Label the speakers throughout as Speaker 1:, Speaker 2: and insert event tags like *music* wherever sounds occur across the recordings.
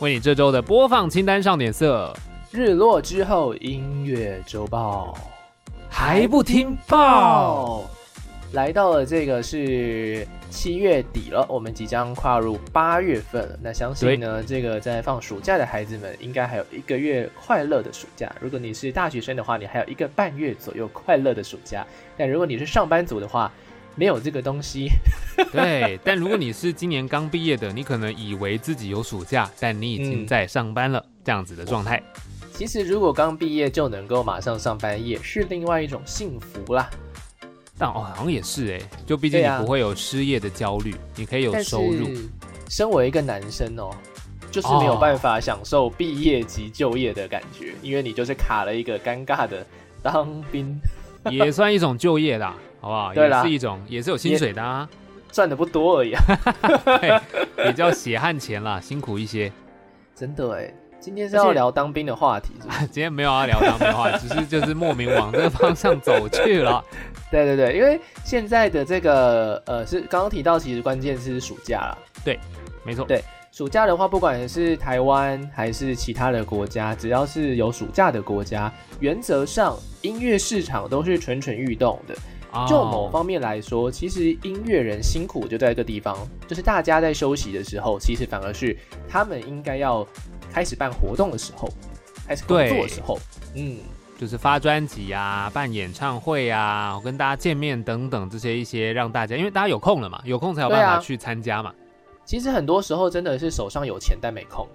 Speaker 1: 为你这周的播放清单上点色，
Speaker 2: 日落之后，音乐周报
Speaker 1: 还不听报？
Speaker 2: 哦，来到了这个是七月底了，我们即将跨入八月份了。那相信呢，这个在放暑假的孩子们，应该还有一个月快乐的暑假。如果你是大学生的话，你还有一个半月左右快乐的暑假。但如果你是上班族的话，没有这个东西，
Speaker 1: 对，但如果你是今年刚毕业的，你可能以为自己有暑假，但你已经
Speaker 2: 嗯
Speaker 1: 在上班了，这样子的状态。
Speaker 2: 其实如果刚毕业就能够马上上班，也是另外一种幸福啦。
Speaker 1: 但哦，好像也是哎，就毕竟
Speaker 2: 对
Speaker 1: 你
Speaker 2: 啊
Speaker 1: 不会有失业的焦虑，你可以有
Speaker 2: 但
Speaker 1: 收入。
Speaker 2: 是身为一个男生哦，就是没有办法享受毕业及就业的感觉，因为你就是卡了一个尴尬的当兵， *laughs*
Speaker 1: 也算一种就业啦，好 *laughs* 不好？
Speaker 2: 对
Speaker 1: 也
Speaker 2: 啦
Speaker 1: 是一种，也是有薪水的 *laughs* 啊，
Speaker 2: 赚的不多而已、啊。
Speaker 1: 比较血汗钱啦，辛苦一些。
Speaker 2: 真的哎，今天是
Speaker 1: 而
Speaker 2: 要
Speaker 1: 且
Speaker 2: 聊当兵的话题是不是
Speaker 1: *laughs* 今天没有要聊当兵的话，只是就是莫名往这个方向走去了。
Speaker 2: *laughs* 对对对，因为现在的这个呃是刚刚提到，其实关键是暑假啦。
Speaker 1: 没错，
Speaker 2: 对暑假的话，不管是台湾还是其他的国家，只要是有暑假的国家，原则上音乐市场都是蠢蠢欲动的。
Speaker 1: 哦
Speaker 2: 就某方面来说，其实音乐人辛苦就在一个地方，就是大家在休息的时候，其实反而是他们应该要开始办活动的时候，开始工作的时候，嗯，
Speaker 1: 就是发专辑啊、办演唱会啊、跟大家见面等等这些一些让大家，因为大家有空了嘛，有空才有办
Speaker 2: 对
Speaker 1: 法
Speaker 2: 啊
Speaker 1: 去参加嘛。
Speaker 2: 其实很多时候真的是手上有钱但没空，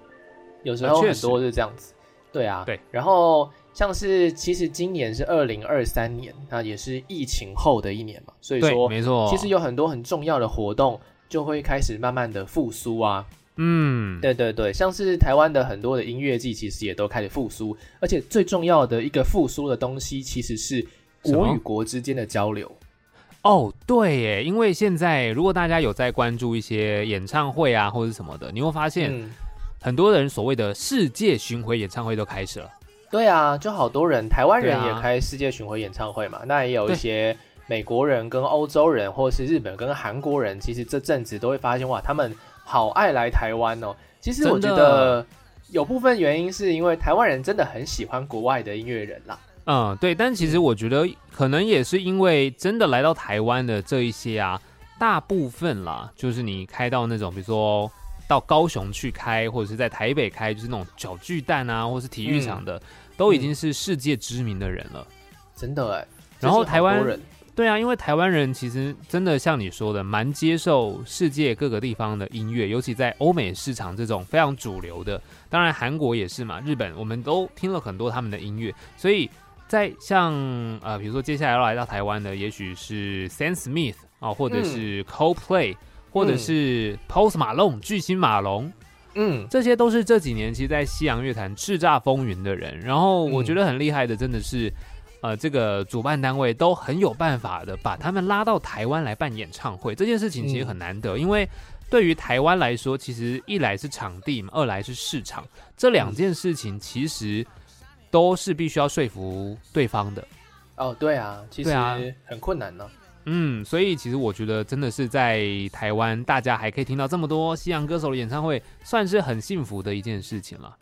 Speaker 2: 有时候
Speaker 1: 啊确
Speaker 2: 很
Speaker 1: 实
Speaker 2: 多是这样子，对啊，
Speaker 1: 对。
Speaker 2: 然后像是其实今年是二零二三年，那也是疫情后的一年嘛，所以
Speaker 1: 对，
Speaker 2: 说
Speaker 1: 没错。
Speaker 2: 其实有很多很重要的活动就会开始慢慢的复苏啊，
Speaker 1: 嗯，
Speaker 2: 对对对，像是台湾的很多的音乐季，其实也都开始复苏，而且最重要的一个复苏的东西，其实是
Speaker 1: 什
Speaker 2: 国
Speaker 1: 么
Speaker 2: 与国之间的交流。
Speaker 1: 哦，对耶，因为现在如果大家有在关注一些演唱会啊或者是什么的，你会发现、
Speaker 2: 嗯，
Speaker 1: 很多人所谓的世界巡回演唱会都开始了。
Speaker 2: 对啊，就好多人，台湾人
Speaker 1: 对啊
Speaker 2: 也开世界巡回演唱会嘛，那也有一
Speaker 1: 对
Speaker 2: 些美国人跟欧洲人，或是日本跟韩国人，其实这阵子都会发现哇，他们好爱来台湾哦。其实我
Speaker 1: 真
Speaker 2: 觉
Speaker 1: 的
Speaker 2: 得有部分原因是因为台湾人真的很喜欢国外的音乐人啦。
Speaker 1: 嗯，对，但其实我觉得可能也是因为真的来到台湾的这一些啊，大部分啦，就是你开到那种比如说到高雄去开，或者是在台北开，就是那种小巨蛋啊，或是体育场的，都已经是世界知名的人了。
Speaker 2: 真的哎，
Speaker 1: 然后
Speaker 2: 就是好
Speaker 1: 台湾
Speaker 2: 多人
Speaker 1: 对啊，因为台湾人其实真的像你说的，蛮接受世界各个地方的音乐，尤其在欧美市场这种非常主流的。当然，韩国也是嘛，日本我们都听了很多他们的音乐，所以在像呃，比如说接下来要来到台湾的，也许是 Sam Smith 啊、或者是 Coldplay，、或者是 Post Malone 巨星马龙，
Speaker 2: 嗯。
Speaker 1: 这些都是这几年其实，在西洋乐坛叱咤风云的人。然后我觉得很厉害的，真的是，呃，这个主办单位都很有办法的把他们拉到台湾来办演唱会，这件事情其实很难得，因为。对于台湾来说，其实一来是场地嘛，二来是市场，这两件事情其实都是必须要说服对方的。
Speaker 2: 哦，对啊，其实
Speaker 1: 对啊
Speaker 2: 很困难呢、哦
Speaker 1: 嗯，所以其实我觉得真的是在台湾，大家还可以听到这么多西洋歌手的演唱会，算是很幸福的一件事情了。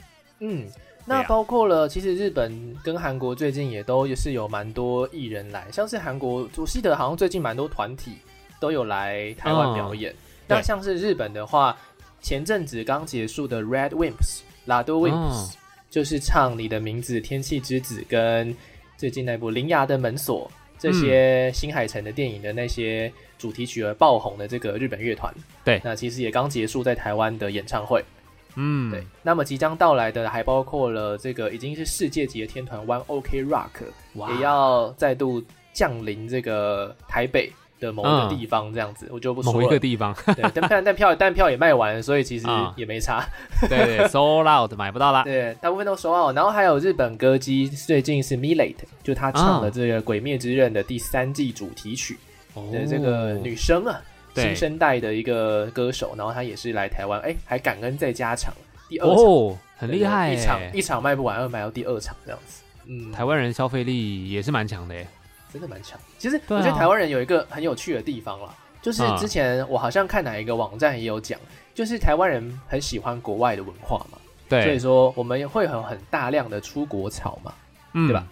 Speaker 2: 嗯，那
Speaker 1: 对啊
Speaker 2: 包括了，其实日本跟韩国最近也都也是有蛮多艺人来，像是韩国，我记得好像最近蛮多团体都有来台湾表演。那
Speaker 1: 嗯对
Speaker 2: 像是日本的话，前阵子刚结束的 Red Wimps 拉多 Wimps，、
Speaker 1: 哦
Speaker 2: 就是唱《你的名字》《天气之子》跟最近那部《铃芽的门锁》这
Speaker 1: 嗯
Speaker 2: 些新海诚的电影的那些主题曲而爆红的这个日本乐团。
Speaker 1: 对
Speaker 2: 那其实也刚结束在台湾的演唱会。
Speaker 1: 嗯，
Speaker 2: 对，那么即将到来的还包括了这个已经是世界级的天团 One OK Rock，
Speaker 1: 哇
Speaker 2: 也要再度降临这个台北的某一个地方这样子，我就不说了。
Speaker 1: 嗯某一个
Speaker 2: *laughs*
Speaker 1: 地方，
Speaker 2: 对，但但但票但票也卖完了，所以其实
Speaker 1: 啊
Speaker 2: 也没差。
Speaker 1: 对对，sold out 买不到 *laughs* 啦。
Speaker 2: 对，大部分都收好。然后还有日本歌姬最近是 Millet，就她
Speaker 1: 啊
Speaker 2: 唱了这个《鬼灭之刃》的第三季主题曲
Speaker 1: 哦
Speaker 2: 的这个女生啊，
Speaker 1: 对
Speaker 2: 新生代的一个歌手，然后她也是来台湾，哎，还感恩再加场第二场，
Speaker 1: 哦，很厉害
Speaker 2: 对一
Speaker 1: 耶
Speaker 2: 场一。场卖不完，要买到第二场这样子。嗯，
Speaker 1: 台湾人消费力也是蛮强的耶。
Speaker 2: 真的蛮强。其实
Speaker 1: 对
Speaker 2: 我
Speaker 1: 啊
Speaker 2: 觉得台湾人有一个很有趣的地方啦，就是
Speaker 1: 嗯
Speaker 2: 之前我好像看哪一个网站也有讲，就是台湾人很喜欢国外的文化嘛，所以
Speaker 1: 对，
Speaker 2: 说我们会有很大量的出国潮嘛。
Speaker 1: 嗯
Speaker 2: 对吧？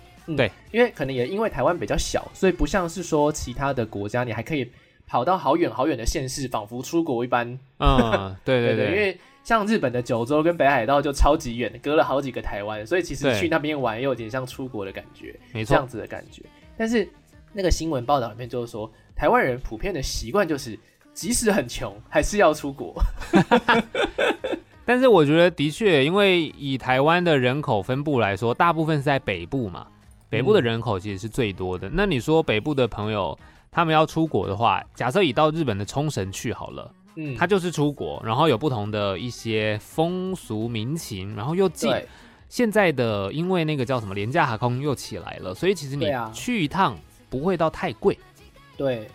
Speaker 2: 因为可能也因为台湾比较小，所以不像是说其他的国家，你还可以跑到好远好远的县市，仿佛出国一般。
Speaker 1: 嗯，
Speaker 2: *laughs*
Speaker 1: 对对
Speaker 2: 因
Speaker 1: 对，
Speaker 2: 为像日本的九州跟北海道就超级远，隔了好几个台湾，所以其实
Speaker 1: 对
Speaker 2: 去那边玩也有点像出国的感觉，
Speaker 1: 没
Speaker 2: 这样
Speaker 1: 错。
Speaker 2: 子的感觉。但是那个新闻报道里面就是说，台湾人普遍的习惯就是，即使很穷，还是要出国。
Speaker 1: 但是我觉得的确，因为以台湾的人口分布来说，大部分是在北部嘛，北部的人口其实是最多
Speaker 2: 嗯
Speaker 1: 的。那你说北部的朋友他们要出国的话，假设以到日本的冲绳去好了。
Speaker 2: 嗯，
Speaker 1: 它就是出国，然后有不同的一些风俗民情，然后又近。
Speaker 2: 对
Speaker 1: 现在的因为那个叫什么廉价航空又起来了，所以其实你
Speaker 2: 对啊
Speaker 1: 去一趟不会到太贵。
Speaker 2: 对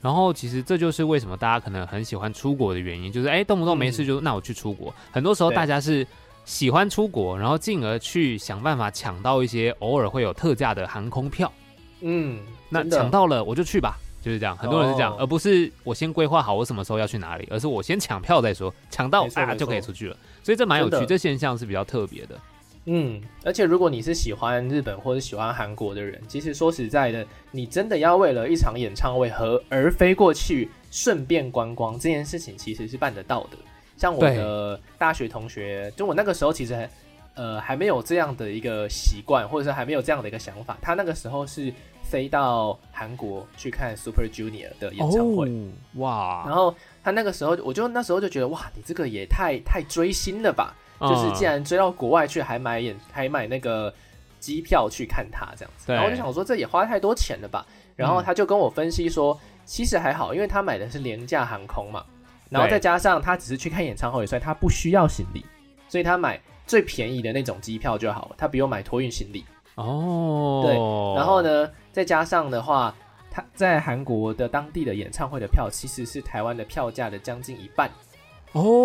Speaker 1: 然后其实这就是为什么大家可能很喜欢出国的原因，就是哎动不动没事
Speaker 2: 嗯
Speaker 1: 就、那我去出国。很多时候
Speaker 2: 对
Speaker 1: 大家是喜欢出国，然后进而去想办法抢到一些偶尔会有特价的航空票。
Speaker 2: 嗯，
Speaker 1: 那
Speaker 2: 真的
Speaker 1: 抢到了我就去吧，就是这样。很多人是这样，
Speaker 2: 哦
Speaker 1: 而不是我先规划好我什么时候要去哪里，而是我先抢票再说，抢到
Speaker 2: 没错
Speaker 1: 啊
Speaker 2: 没错
Speaker 1: 就可以出去了。所以这蛮有
Speaker 2: 真
Speaker 1: 趣，
Speaker 2: 的
Speaker 1: 这现象是比较特别的。
Speaker 2: 嗯，而且如果你是喜欢日本或者喜欢韩国的人，其实说实在的，你真的要为了一场演唱会和而飞过去，顺便观光这件事情，其实是办得到的。像我的大学同学，就我那个时候其实还呃还没有这样的一个习惯，或者是还没有这样的一个想法。他那个时候是飞到韩国去看 Super Junior 的演唱
Speaker 1: 哦
Speaker 2: 会，然
Speaker 1: 哇，
Speaker 2: 后他那个时候我就那时候就觉得哇，你这个也太太追星了吧。就是既
Speaker 1: 样，
Speaker 2: 然追到国外去，还买演还买那个机票去看他这样子，
Speaker 1: 对嗯
Speaker 2: 然后我就想说这也花太多钱了吧，然后他就跟我分析说，其实还好，因为他买的是廉价航空嘛，然后
Speaker 1: 对
Speaker 2: 再加上他只是去看演唱会，所以他不需要行李，所以他买最便宜的那种机票就好了，他不用买托运行李。
Speaker 1: 哦，
Speaker 2: 然后？呢，再加上的话，他在韩国的当地的演唱会的票其实是台湾的票价的将近一半。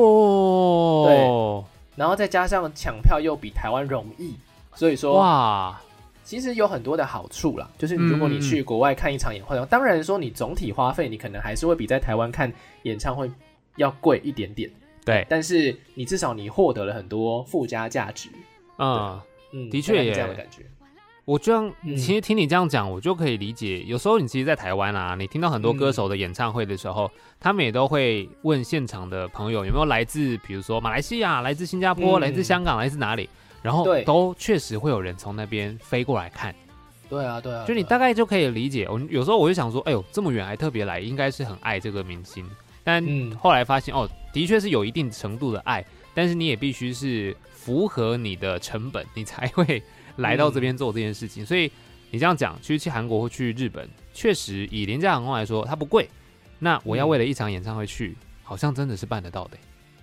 Speaker 1: 哦，
Speaker 2: 然后再加上抢票又比台湾容易，所以说
Speaker 1: 哇，
Speaker 2: 其实有很多的好处啦，就是
Speaker 1: 嗯
Speaker 2: 如果你去国外看一场演唱会，当然说你总体花费你可能还是会比在台湾看演唱会要贵一点点，
Speaker 1: 对，
Speaker 2: 但是你至少你获得了很多附加价值。
Speaker 1: 嗯，
Speaker 2: 嗯，
Speaker 1: 的确
Speaker 2: 大概是
Speaker 1: 耶
Speaker 2: 这样的感觉。
Speaker 1: 我这样，
Speaker 2: 嗯
Speaker 1: 其实听你这样讲，我就可以理解。有时候你其实，在台湾啊，你听到很多歌手的演唱会的时候，他们也都会问现场的朋友有没有来自，比如说马来西亚、来自新加坡、
Speaker 2: 嗯
Speaker 1: 来自香港、来自哪里，然后
Speaker 2: 对
Speaker 1: 都确实会有人从那边飞过来看，
Speaker 2: 对啊，对啊，
Speaker 1: 就你
Speaker 2: 对啊
Speaker 1: 大概就可以理解。我有时候我就想说，哎呦，这么远还特别来，应该是很爱这个明星。但
Speaker 2: 嗯
Speaker 1: 后来发现，哦，的确是有一定程度的爱，但是你也必须是符合你的成本，你才
Speaker 2: *laughs*
Speaker 1: 会来到这
Speaker 2: 嗯
Speaker 1: 边做这件事情。所以你这样讲，其实去韩国或去日本，确实以廉价航空来说，它不贵。那我要
Speaker 2: 嗯
Speaker 1: 为了一场演唱会去，好像真的是办得到的。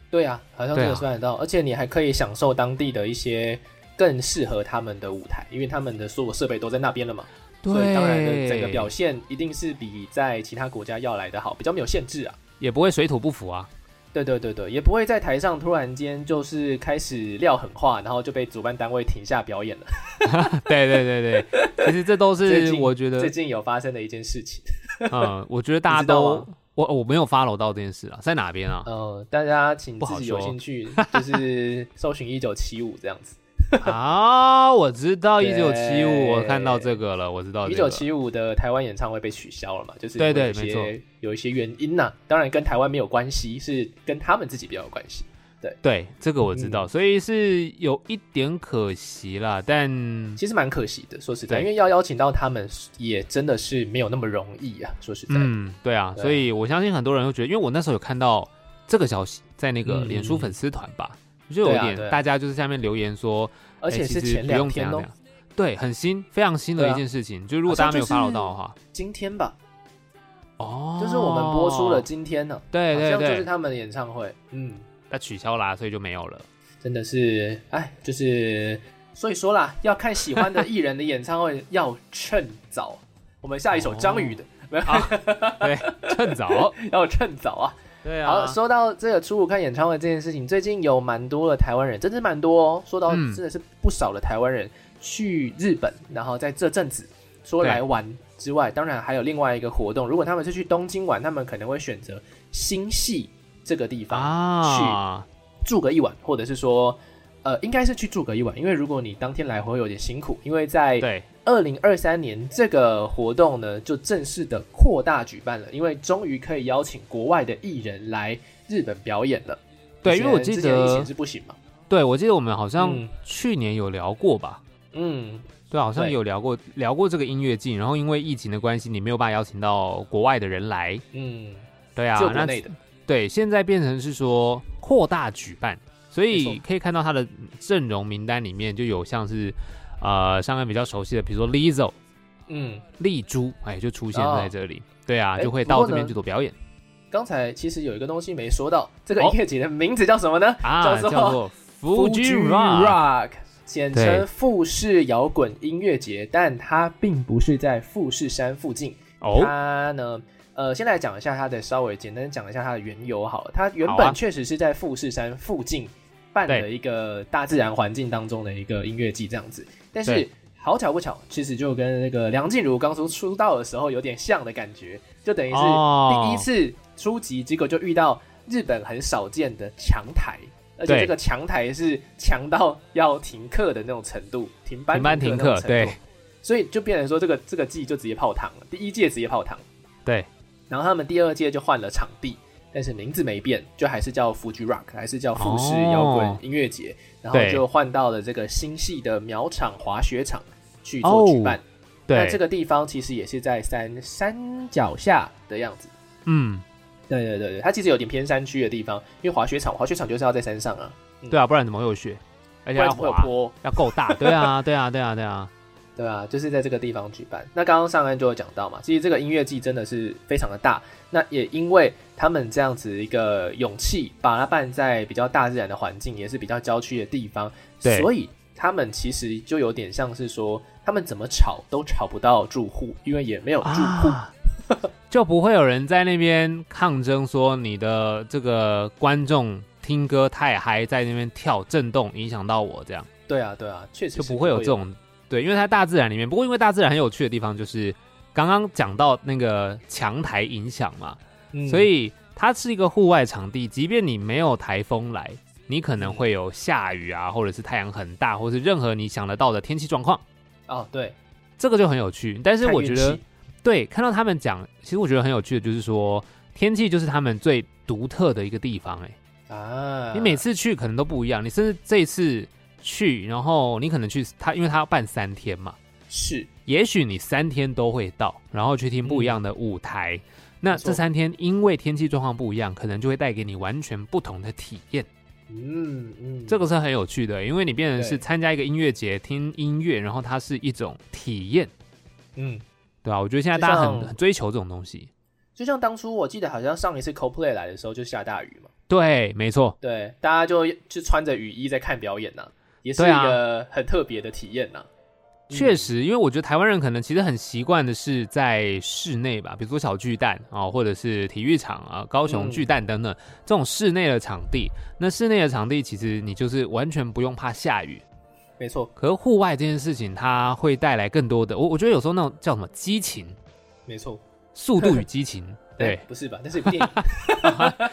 Speaker 2: 对啊，好像
Speaker 1: 对
Speaker 2: 真
Speaker 1: 啊
Speaker 2: 的算得到，而且你还可以享受当地的一些更适合他们的舞台，因为他们的所有设备都在那边了嘛。所以当然的整个表现一定是比在其他国家要来的好，比较没有限制啊。
Speaker 1: 也不会水土不服啊。 *laughs*
Speaker 2: 对对对对，也不会在台上突然间就是开始撂狠话，然后就被主办单位停下表演了。
Speaker 1: 对对对对，其实这都
Speaker 2: 最
Speaker 1: 是
Speaker 2: 近
Speaker 1: 我觉
Speaker 2: *laughs*
Speaker 1: 得
Speaker 2: 最近有发生的一件事情，
Speaker 1: 嗯，我觉得大家
Speaker 2: 你知道
Speaker 1: 都
Speaker 2: 吗
Speaker 1: 我我没有 follow 到这件事啊，在哪
Speaker 2: *laughs*
Speaker 1: 边啊？
Speaker 2: 呃，大家请
Speaker 1: 不好
Speaker 2: 自己有
Speaker 1: 说
Speaker 2: 兴趣
Speaker 1: *laughs*
Speaker 2: 就是搜寻一九七五这样子，
Speaker 1: 啊，我知道一
Speaker 2: 对
Speaker 1: 九七五，我看到这个哦了，我知道
Speaker 2: 一
Speaker 1: 这
Speaker 2: 九
Speaker 1: 个。
Speaker 2: 七五的台湾演唱会被取消了嘛，就是
Speaker 1: 对
Speaker 2: 因为
Speaker 1: 对
Speaker 2: 有一
Speaker 1: 没
Speaker 2: 些有一些原因呐、当然跟台湾没有关系，是跟他们自己比较有关系。
Speaker 1: 对，这个我知
Speaker 2: 嗯
Speaker 1: 道，所以是有一点可惜啦，但
Speaker 2: 其实蛮可惜的，说实在，
Speaker 1: 嗯对
Speaker 2: 因为要邀请到他们也真的是没有那么容易啊，说实在的。
Speaker 1: 嗯，对啊，
Speaker 2: 对啊
Speaker 1: 所以我相信很多人会觉得，因为我那时候有看到这个消息，在那个
Speaker 2: 嗯
Speaker 1: 脸书粉丝团吧，就有
Speaker 2: 对啊
Speaker 1: 点
Speaker 2: 对啊
Speaker 1: 大家就是下面留言说，
Speaker 2: 而且
Speaker 1: 哎
Speaker 2: 是
Speaker 1: 其实
Speaker 2: 前
Speaker 1: 不用
Speaker 2: 两
Speaker 1: 怎
Speaker 2: 天
Speaker 1: 样
Speaker 2: 哦
Speaker 1: 怎，样，对，很新，非常新的
Speaker 2: 对
Speaker 1: 一
Speaker 2: 啊
Speaker 1: 件事情，就如果
Speaker 2: 好像
Speaker 1: 大家没有
Speaker 2: 就是
Speaker 1: follow 到的话，
Speaker 2: 今天吧，
Speaker 1: 哦，
Speaker 2: 就是我们播出了，今天呢，
Speaker 1: 对
Speaker 2: 好
Speaker 1: 对
Speaker 2: 像就
Speaker 1: 对
Speaker 2: 是，他们的演唱会，嗯，
Speaker 1: 那取消啦，所以就没有 *laughs* 了。
Speaker 2: 真的是，哎，就是所以说啦，要看喜欢的艺人的演唱会要趁早。 *laughs* 我们下一首
Speaker 1: 哦
Speaker 2: 张宇的，没有、
Speaker 1: 对，趁早，
Speaker 2: *laughs* 要趁早啊。
Speaker 1: 哦对
Speaker 2: 好，
Speaker 1: 啊，
Speaker 2: 说到这个初五看演唱会这件事情，最近有蛮多的台湾人，真是蛮多哦。说到
Speaker 1: 嗯
Speaker 2: 真的是不少的台湾人去日本，然后在这阵子说来玩之外，当然还有另外一个活动，如果他们是去东京玩，他们可能会选择新系这个地方、
Speaker 1: 啊，
Speaker 2: 住个一晚，或者是说。呃，应该是去住个一晚，因为如果你当天来回会有点辛苦，因为在
Speaker 1: 对，
Speaker 2: 二零二三年这个活动呢，就正式的扩大举办了，因为终于可以邀请国外的艺人来日本表演了。
Speaker 1: 对
Speaker 2: 以前
Speaker 1: 因为我记
Speaker 2: 之前疫情
Speaker 1: 得
Speaker 2: 是不行嘛。
Speaker 1: 对，我记得我们好像
Speaker 2: 嗯
Speaker 1: 去年有聊过吧？
Speaker 2: 嗯，
Speaker 1: 对，啊好像
Speaker 2: 对
Speaker 1: 有聊过聊过这个音乐季，然后因为疫情的关系，你没有办法邀请到国外的人来。
Speaker 2: 嗯，
Speaker 1: 对啊
Speaker 2: 就，国
Speaker 1: 那
Speaker 2: 内的，
Speaker 1: 对，现在变成是说扩大举办，所
Speaker 2: 没
Speaker 1: 以
Speaker 2: 错
Speaker 1: 可以看到他的阵容名单里面就有像是呃上岸比较熟悉的，比如说 Lizzo
Speaker 2: 嗯，
Speaker 1: 丽珠，哎，就出现在这里。对
Speaker 2: 哦
Speaker 1: 啊，
Speaker 2: 哎
Speaker 1: 就会
Speaker 2: 不
Speaker 1: 到
Speaker 2: 过
Speaker 1: 这边
Speaker 2: 呢
Speaker 1: 去做表演
Speaker 2: 刚才其实有一个东西没说到，这个
Speaker 1: 哦
Speaker 2: 音乐节的名字叫什么呢？
Speaker 1: 啊，
Speaker 2: 叫做
Speaker 1: 叫做 Fuji
Speaker 2: Fuji
Speaker 1: Rock。
Speaker 2: Rock，简
Speaker 1: 对
Speaker 2: 称富士摇滚音乐节，但它并不是在富士山附近，
Speaker 1: 哦，
Speaker 2: 它呢，呃，先来讲一下它的稍微简单讲一下它的缘由好了。它原
Speaker 1: 好啊
Speaker 2: 本确实是在富士山附近办的
Speaker 1: 对
Speaker 2: 一个大自然环境当中的一个音乐季这样子，但是
Speaker 1: 对
Speaker 2: 好巧不巧，其实就跟那个梁静茹刚出出道的时候有点像的感觉，就等于是
Speaker 1: 哦
Speaker 2: 第一次出击，结果就遇到日本很少见的强台。而且
Speaker 1: 对
Speaker 2: 这个强台是强到要停课的那种程度，停班
Speaker 1: 停班
Speaker 2: 停
Speaker 1: 停
Speaker 2: 课的那
Speaker 1: 课，
Speaker 2: 种程度
Speaker 1: 对
Speaker 2: 所以就变成说这个这个季就直接泡汤了，第一届直接泡汤。
Speaker 1: 对，
Speaker 2: 然后他们第二届就换了场地，但是名字没变，就还是叫 Fuji Rock，还是叫富士
Speaker 1: 哦
Speaker 2: 摇滚音乐节，然后
Speaker 1: 对
Speaker 2: 就换到了这个新系的苗场滑雪场去做举办。那
Speaker 1: 哦对，
Speaker 2: 这个地方其实也是在山山脚下的样子。
Speaker 1: 嗯，
Speaker 2: 对对对对，它其实有点偏山区的地方，因为滑雪场滑雪场就是要在山上啊，
Speaker 1: 对啊，不然怎么会有雪？
Speaker 2: 不
Speaker 1: 而且
Speaker 2: 然
Speaker 1: 要
Speaker 2: 怎么会有
Speaker 1: 滑，
Speaker 2: 坡？
Speaker 1: 要够大。对 *laughs* 啊，对啊，对啊，对啊，
Speaker 2: 对啊，就是在这个地方举办。那刚刚上岸就有讲到嘛，其实这个音乐季真的是非常的大。那也因为他们这样子一个勇气，把它办在比较大自然的环境，也是比较郊区的地方，
Speaker 1: 对
Speaker 2: 所以他们其实就有点像是说，他们怎么吵都吵不到住户，因为也没有住户。
Speaker 1: 啊，就不会有人在那边抗争说你的这个观众听歌太嗨，在那边跳震动影响到我，这样
Speaker 2: 对啊，对啊，确实
Speaker 1: 就是不会有这。种对，因为它大自然里面，不过因为大自然很有趣的地方就是刚刚讲到那个强台影响嘛，
Speaker 2: 嗯
Speaker 1: 所以它是一个户外场地，即便你没有台风来，你可能会有下雨啊，或者是太阳很大，或是任何你想得到的天气状况，
Speaker 2: 哦，对，
Speaker 1: 这个就很有趣。但是
Speaker 2: 看
Speaker 1: 我
Speaker 2: 运
Speaker 1: 觉得
Speaker 2: 气。
Speaker 1: 对，看到他们讲，其实我觉得很有趣的，就是说天气就是他们最独特的一个地方、欸。
Speaker 2: 啊，
Speaker 1: 你每次去可能都不一样，你甚至这一次去，然后你可能去他，因为他要办三天嘛，
Speaker 2: 是
Speaker 1: 也许你三天都会到，然后去听不一样的舞台。那
Speaker 2: 没错
Speaker 1: 这三天因为天气状况不一样，可能就会带给你完全不同的体验，
Speaker 2: 嗯嗯，
Speaker 1: 这个是很有趣的，因为你变成是
Speaker 2: 对
Speaker 1: 参加一个音乐节听音乐，然后它是一种体验，
Speaker 2: 嗯，
Speaker 1: 对吧、我觉得现在
Speaker 2: 就
Speaker 1: 大家
Speaker 2: 像
Speaker 1: 很很追求这种东西，
Speaker 2: 就像当初我记得好像上一次 CoPlay 来的时候就下大雨嘛。
Speaker 1: 对，没错。
Speaker 2: 对，大家就就穿着雨衣在看表演呐、也是一
Speaker 1: 对啊
Speaker 2: 个很特别的体验呐、
Speaker 1: 确
Speaker 2: 嗯，
Speaker 1: 实，因为我觉得台湾人可能其实很习惯的是在室内吧，比如说小巨蛋啊、哦或者是体育场啊、高雄
Speaker 2: 嗯
Speaker 1: 巨蛋等等、这种室内的场地。那室内的场地其实你就是完全不用怕下雨，
Speaker 2: 没错，
Speaker 1: 可是户外这件事情它会带来更多的，我我觉得有时候那种叫什么激情，
Speaker 2: 没错，
Speaker 1: 速度与
Speaker 2: *laughs*
Speaker 1: 激情，对
Speaker 2: 哎，不是吧？那是部电
Speaker 1: *laughs*
Speaker 2: 影，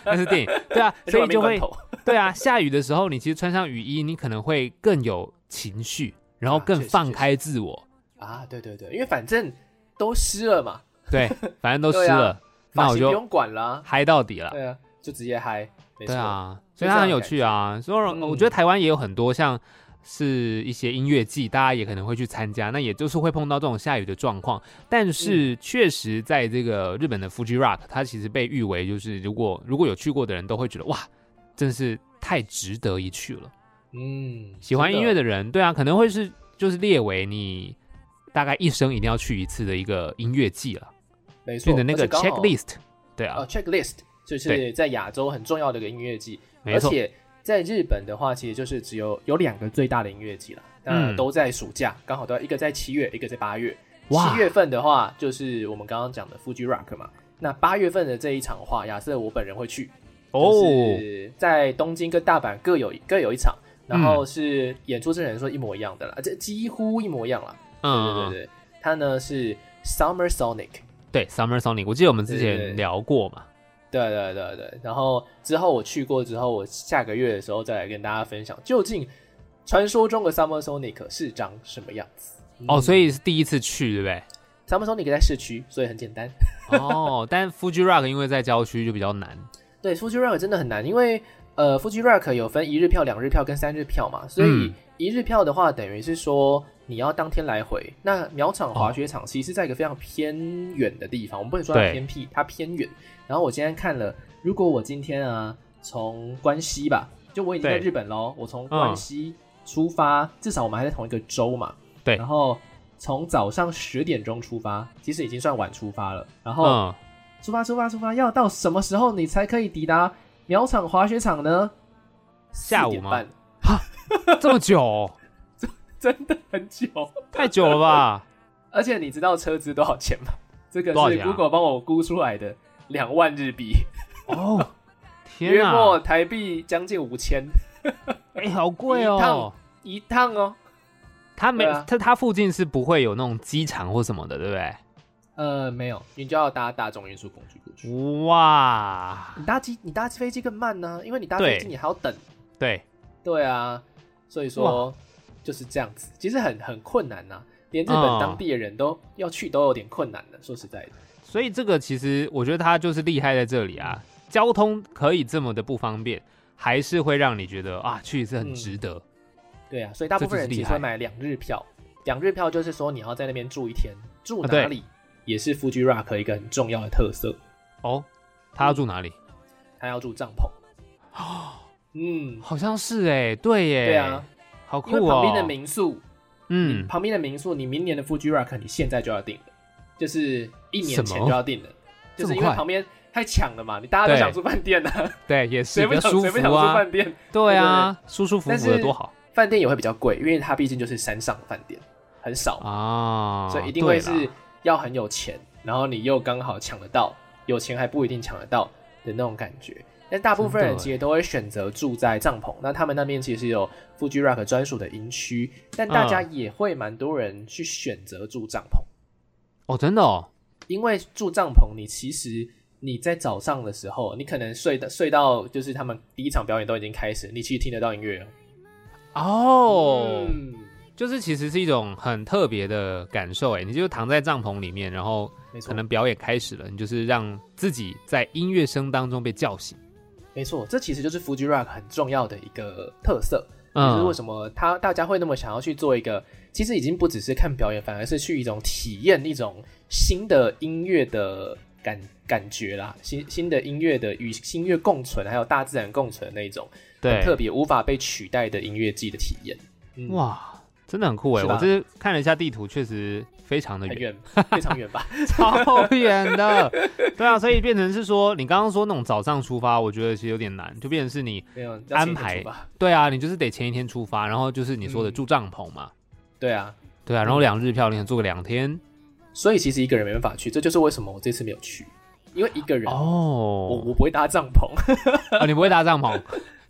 Speaker 1: 那是电影，对
Speaker 2: *laughs*
Speaker 1: 啊，
Speaker 2: 那是
Speaker 1: 所以
Speaker 2: 亡命
Speaker 1: 就
Speaker 2: 关
Speaker 1: 会
Speaker 2: 头。
Speaker 1: *laughs* 对啊，下雨的时候你其实穿上雨衣，你可能会更有情绪，然后
Speaker 2: 啊
Speaker 1: 更
Speaker 2: 确实
Speaker 1: 放
Speaker 2: 确实
Speaker 1: 开自我，
Speaker 2: 啊，对对对，因为反正都湿了嘛，
Speaker 1: 对，反正都湿
Speaker 2: *laughs* 对啊
Speaker 1: 了，
Speaker 2: 发
Speaker 1: 那我
Speaker 2: 型不
Speaker 1: 就
Speaker 2: 用管啦。
Speaker 1: 嗨到底了。
Speaker 2: 对啊，就直接嗨，没
Speaker 1: 对
Speaker 2: 错，
Speaker 1: 啊，
Speaker 2: 就
Speaker 1: 所以它
Speaker 2: 这样
Speaker 1: 很
Speaker 2: 的
Speaker 1: 有
Speaker 2: 感
Speaker 1: 趣啊。所以我
Speaker 2: 嗯
Speaker 1: 觉得台湾也有很多像是一些音乐季，大家也可能会去参加，那也就是会碰到这种下雨的状况。
Speaker 2: 嗯
Speaker 1: 但是确实，在这个日本的 Fuji Rock，它其实被誉为就是如果如果有去过的人都会觉得哇，真是太值得一去了。
Speaker 2: 嗯，
Speaker 1: 喜欢音乐
Speaker 2: 的
Speaker 1: 的人，对啊，可能会是就是列为你大概一生一定要去一次的一个音乐季了。
Speaker 2: 没错，
Speaker 1: 变成那个
Speaker 2: 而且刚好
Speaker 1: checklist，对啊
Speaker 2: 呃，checklist 就是
Speaker 1: 对
Speaker 2: 在亚洲很重要的一个音乐季，
Speaker 1: 没
Speaker 2: 而
Speaker 1: 错，
Speaker 2: 且在日本的话，其实就是只有有两个最大的音乐季了，那
Speaker 1: 嗯
Speaker 2: 都在暑假，刚好都要一个在七月，一个在八月。
Speaker 1: 哇
Speaker 2: 七月份的话，就是我们刚刚讲的 Fuji Rock 嘛。那八月份的这一场的话，亚瑟我本人会去，
Speaker 1: 哦
Speaker 2: 就，是在东京跟大阪各有各有一场，然后是演出阵容说一模一样的啦，这几乎一模一样啦。对
Speaker 1: 嗯，
Speaker 2: 对对，他呢是 Summer Sonic，
Speaker 1: 对，Summer Sonic，我记得我们之
Speaker 2: 对对对
Speaker 1: 前聊过嘛，
Speaker 2: 对对对对，然后之后我去过之后，我下个月的时候再来跟大家分享，究竟传说中的 Summer Sonic 是长什么样子。嗯
Speaker 1: 哦，所以是第一次去，对不对？
Speaker 2: Summer Sonic 在市区，所以很简单。
Speaker 1: *laughs* 哦，但 Fuji Rock 因为在郊区就比较难，
Speaker 2: 对，Fuji Rock 真的很难，因为呃，Fuji Rock 有分一日票、两日票跟三日票嘛，所以
Speaker 1: 嗯
Speaker 2: 一日票的话，等于是说你要当天来回。那苗场滑雪场其实在一个非常偏远的地方，我们不能说它
Speaker 1: 哦对
Speaker 2: 偏僻，它偏远。然后我今天看了，如果我今天啊从关西吧，就我已经在
Speaker 1: 对
Speaker 2: 日本喽，我从
Speaker 1: 嗯
Speaker 2: 关西出发，至少我们还在同一个州嘛，
Speaker 1: 对
Speaker 2: 然后。从早上十点钟出发，其实已经算晚出发了。然后
Speaker 1: 嗯，
Speaker 2: 出发，出发，出发！要到什么时候你才可以抵达苗场滑雪场呢？
Speaker 1: 下午吗
Speaker 2: 4点半？
Speaker 1: 这么
Speaker 2: *laughs*
Speaker 1: 久哦、
Speaker 2: 真的很久，
Speaker 1: 太久了吧？
Speaker 2: 而且你知道车资多少钱吗？ *laughs* 这个
Speaker 1: 多少
Speaker 2: 是
Speaker 1: 钱啊
Speaker 2: Google 帮我估出来的，两万日币，
Speaker 1: 哦，天
Speaker 2: 约莫
Speaker 1: 啊，
Speaker 2: 台币将近五千
Speaker 1: 哎、好贵
Speaker 2: 一趟
Speaker 1: 哦。
Speaker 2: 一趟哦。
Speaker 1: 它没
Speaker 2: 对啊
Speaker 1: 它它附近是不会有那种机场或什么的，对不对？
Speaker 2: 呃，没有，你就要搭大众运输工具过去。
Speaker 1: 哇，
Speaker 2: 你搭机，你搭飞机更慢呢、因为你搭
Speaker 1: 对
Speaker 2: 飞机你还要等。
Speaker 1: 对，
Speaker 2: 对啊，所以说就是这样子，其实很很困难呐、连日本
Speaker 1: 哦
Speaker 2: 当地的人都要去都有点困难的。说实在的，
Speaker 1: 所以这个其实我觉得它就是厉害在这里啊，
Speaker 2: 嗯
Speaker 1: 交通可以这么的不方便，还是会让你觉得啊去一次
Speaker 2: 嗯
Speaker 1: 很值得。
Speaker 2: 对啊，所以大部分人
Speaker 1: 这
Speaker 2: 其
Speaker 1: 就是厉
Speaker 2: 实
Speaker 1: 害
Speaker 2: 会买两日票，两日票就是说你要在那边住一天，住
Speaker 1: 啊对
Speaker 2: 哪里、也是 Fuji Rock 一个很重要的特色，
Speaker 1: 哦，他要住哪里？
Speaker 2: 他要住帐篷。嗯，
Speaker 1: 好像是哦哎、对耶，
Speaker 2: 对啊，
Speaker 1: 好
Speaker 2: 因为
Speaker 1: 酷哦。
Speaker 2: 旁边的民宿，
Speaker 1: 嗯，
Speaker 2: 旁边的民宿，你明年的 Fuji Rock 你现在就要订了，就是一年前
Speaker 1: 什么
Speaker 2: 就要订了，就是因为
Speaker 1: 这么快
Speaker 2: 旁边太抢了嘛，你大家都
Speaker 1: 对
Speaker 2: 想住饭店啊，
Speaker 1: 对，也是
Speaker 2: 谁
Speaker 1: 比
Speaker 2: 不
Speaker 1: 较
Speaker 2: 想
Speaker 1: 舒
Speaker 2: 谁不想
Speaker 1: 服
Speaker 2: 住
Speaker 1: 啊，
Speaker 2: 饭店？
Speaker 1: 对啊，舒舒服服
Speaker 2: 但
Speaker 1: 的
Speaker 2: 是
Speaker 1: 多好
Speaker 2: 饭店也会比较贵，因为它毕竟就是山上饭店，很少嘛，
Speaker 1: 啊，
Speaker 2: 所以一定会
Speaker 1: 对
Speaker 2: 是
Speaker 1: 啦
Speaker 2: 要很有钱，然后你又刚好抢得到，有钱还不一定抢得到的那种感觉。但大部分人
Speaker 1: 真的
Speaker 2: 其实都会选择住在帐篷，那他们那边其实有 Fuji Rock 专属的营区，但大家也会蛮多人去选择住帐篷，
Speaker 1: 哦，真的哦，
Speaker 2: 因为住帐篷你其实。你在早上的时候，你可能睡到睡到就是他们第一场表演都已经开始，你其实听得到音乐了
Speaker 1: 哦，
Speaker 2: 嗯
Speaker 1: 就是其实是一种很特别的感受，哎，你就躺在帐篷里面，然后
Speaker 2: 没错
Speaker 1: 可，能表演开始了，你就是让自己在音乐声当中被叫醒。
Speaker 2: 没错，这其实就是 Fuji Rock 很重要的一个特色，就是为
Speaker 1: 嗯，
Speaker 2: 什么他大家会那么想要去做一个，其实已经不只是看表演，反而是去一种体验一种新的音乐的感感觉啦，新新的音乐的与新乐共存，还有大自然共存的那一种很
Speaker 1: 嗯对，
Speaker 2: 特别无法被取代的音乐季的体验。嗯，
Speaker 1: 哇，真的很酷哎！
Speaker 2: 是吧
Speaker 1: 我这看了一下地图，确实非常的
Speaker 2: 很
Speaker 1: 远， *laughs*
Speaker 2: 远，非常远吧？
Speaker 1: 超远的。对啊，所以变成是说，你刚刚说那种早上出发，我觉得其实有点难，就变成是你，
Speaker 2: 没有要前一
Speaker 1: 安
Speaker 2: 天
Speaker 1: 排
Speaker 2: 出吧？
Speaker 1: 对啊，你就是得前一天出发，然后就是你说的
Speaker 2: 嗯
Speaker 1: 住帐篷嘛，
Speaker 2: 对啊，
Speaker 1: 对啊，然后两日票你想住个两天
Speaker 2: 所以其实一个人没办法去，这就是为什么我这次没有去，因为一个
Speaker 1: 啊
Speaker 2: 人、我
Speaker 1: 哦，
Speaker 2: 我不会搭帐篷。 *laughs*
Speaker 1: 哦，你不会搭帐篷，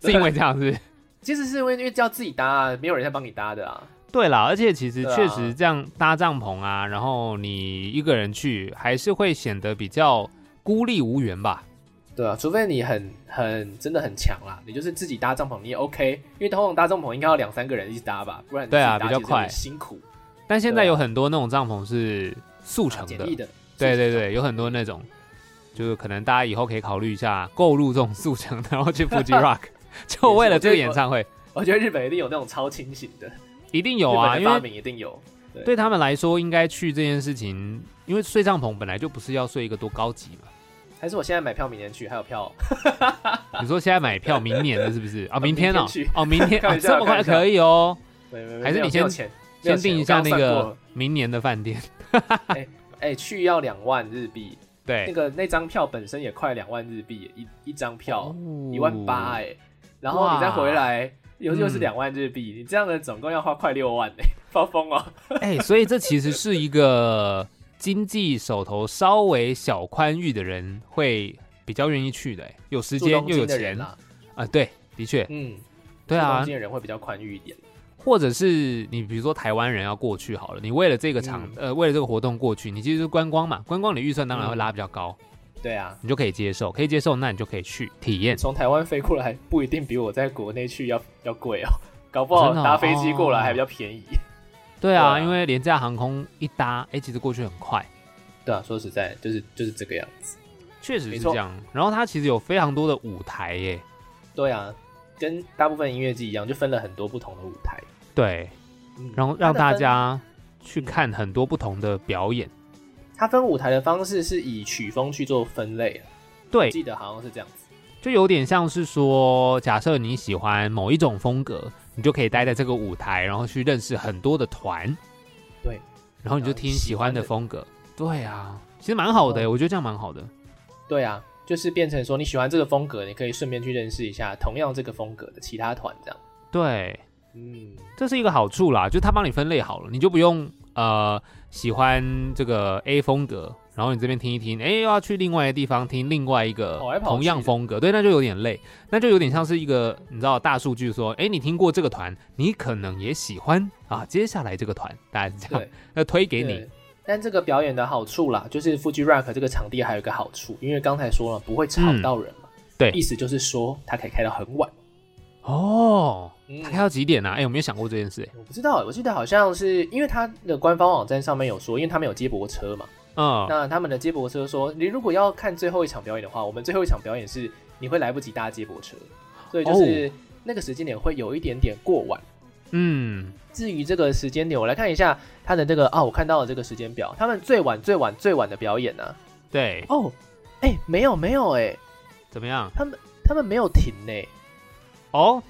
Speaker 1: 是因为这样是不是？
Speaker 2: 其实是因为因为要自己搭、啊，没有人在帮你搭的啊。
Speaker 1: 对啦，而且其实
Speaker 2: 对啊
Speaker 1: 确实这样搭帐篷啊，然后你一个人去，还是会显得比较孤立无援吧？
Speaker 2: 对啊，除非你很很真的很强啦，你就是自己搭帐篷你也 OK，因为通常搭帐篷应该要两三个人一起搭吧，不然你
Speaker 1: 对啊
Speaker 2: 自己搭
Speaker 1: 比较
Speaker 2: 其实有点
Speaker 1: 快
Speaker 2: 辛苦
Speaker 1: 但现
Speaker 2: 对
Speaker 1: 在
Speaker 2: 啊
Speaker 1: 有很多那种帐篷是速成
Speaker 2: 简
Speaker 1: 的，
Speaker 2: 易的。
Speaker 1: 对对对，有很多那种，就是可能大家以后可以考虑一下购入这种速成的，
Speaker 2: *laughs*
Speaker 1: 然后去 Fuji Rock，就为了这个演唱会，
Speaker 2: 我觉得日本一定有那种超清醒的，
Speaker 1: 一定有啊，
Speaker 2: 日本
Speaker 1: 因
Speaker 2: 的发
Speaker 1: 为
Speaker 2: 明一定有。对
Speaker 1: 对他们来说，应该去这件事情，因为睡帐篷本来就不是要睡一个多高级嘛。
Speaker 2: 还是我现在买票，明年去，还有票，
Speaker 1: 你说现在买票，明年的是不是？啊，
Speaker 2: 明
Speaker 1: 明
Speaker 2: 天
Speaker 1: 天哦
Speaker 2: 去，
Speaker 1: 哦，明天
Speaker 2: 开
Speaker 1: 啊
Speaker 2: 玩笑
Speaker 1: 这么快
Speaker 2: 开玩笑
Speaker 1: 可以哦。
Speaker 2: 没没没
Speaker 1: 还是
Speaker 2: 没有
Speaker 1: 你先
Speaker 2: 没有钱
Speaker 1: 先定一下那
Speaker 2: 没有钱我刚刚算过
Speaker 1: 个
Speaker 2: 了
Speaker 1: 明年的饭店。
Speaker 2: 哎、去要两万日币，那
Speaker 1: 对，
Speaker 2: 个那张票本身也快两万日币，一一张票
Speaker 1: 哦
Speaker 2: 一万八哎，然后你再回来又又是
Speaker 1: 嗯
Speaker 2: 两万日币，你这样的总共要花快六万哎、发疯哦！ *laughs*
Speaker 1: 哎、所以这其实是一个经济手头稍微小宽裕的人会比较愿意去的、哎有时
Speaker 2: 住
Speaker 1: 间
Speaker 2: 东
Speaker 1: 又有
Speaker 2: 京的人
Speaker 1: 钱啊、
Speaker 2: 啦，
Speaker 1: 对，的确，
Speaker 2: 嗯，
Speaker 1: 对
Speaker 2: 住
Speaker 1: 啊
Speaker 2: 东，京的人会比较宽裕一点，
Speaker 1: 或者是你比如说台湾人要过去好了，你为了这个场、
Speaker 2: 嗯
Speaker 1: 呃为了这个活动过去，你其实是观光嘛，观光你预算当然会拉比较高，
Speaker 2: 对啊。
Speaker 1: 你就可以接受，可以接受，那你就可以去体验。
Speaker 2: 从台湾飞过来不一定比我在国内去要要贵哦，搞不好
Speaker 1: 真的哦哦
Speaker 2: 搭飞机过来还比较便宜。 *laughs*
Speaker 1: 对
Speaker 2: 对啊
Speaker 1: 啊，因为廉价航空一搭，哎、其实过去很快，
Speaker 2: 对啊，说实在，就是就是这个样子。
Speaker 1: 确实
Speaker 2: 没
Speaker 1: 是
Speaker 2: 错
Speaker 1: 这样。然后它其实有非常多的舞台耶，
Speaker 2: 对啊，跟大部分音乐季一样，就分了很多不同的舞台，
Speaker 1: 对，
Speaker 2: 嗯
Speaker 1: 然后让大
Speaker 2: 它的
Speaker 1: 家去看很多不同的表演。
Speaker 2: 分它分舞台的方式是以曲风去做分类，啊
Speaker 1: 对，
Speaker 2: 记得好像是这样子。
Speaker 1: 就有点像是说，假设你喜欢某一种风格，你就可以待在这个舞台，然后去认识很多的团。
Speaker 2: 对，
Speaker 1: 然后你就听喜欢的风格。对啊，其实蛮好的耶，我觉得这样蛮好的。
Speaker 2: 对啊，就是变成说你喜欢这个风格，你可以顺便去认识一下同样这个风格的其他团这样。
Speaker 1: 对，
Speaker 2: 嗯，
Speaker 1: 这是一个好处啦，就是他帮你分类好了，你就不用呃喜欢这个 A 风格，然后你这边听一听，哎，又要去另外一个地方听另外一个
Speaker 2: 跑来跑去
Speaker 1: 同样风格，对，那就有点累，那就有点像是一个你知道大数据说，哎，你听过这个团，你可能也喜欢啊，接下来这个团，大家是这样
Speaker 2: 对，
Speaker 1: 那推给你
Speaker 2: 对。但这个表演的好处啦，就是富 i Rock 这个场地还有一个好处，因为刚才说了不会吵到人嘛。
Speaker 1: 嗯对
Speaker 2: 意思就是说它可以开到很晚。
Speaker 1: 哦，
Speaker 2: 嗯
Speaker 1: 他开到几点啊？哎，我没有想过这件事，哎
Speaker 2: 我不知道，我记得好像是因为它的官方网站上面有说，因为他们有接驳车嘛，
Speaker 1: 嗯，
Speaker 2: 那他们的接驳车说，你如果要看最后一场表演的话，我们最后一场表演是你会来不及搭接驳车，所以
Speaker 1: 哦
Speaker 2: 就是那个时间点会有一点点过晚。
Speaker 1: 嗯，
Speaker 2: 至于这个时间点，我来看一下它的这个啊，我看到了这个时间表，他们最晚最晚最晚的表演呢、啊
Speaker 1: 对，
Speaker 2: 哦，哎、没有没有哎、
Speaker 1: 怎么样？
Speaker 2: 他们没有停呢、
Speaker 1: 哦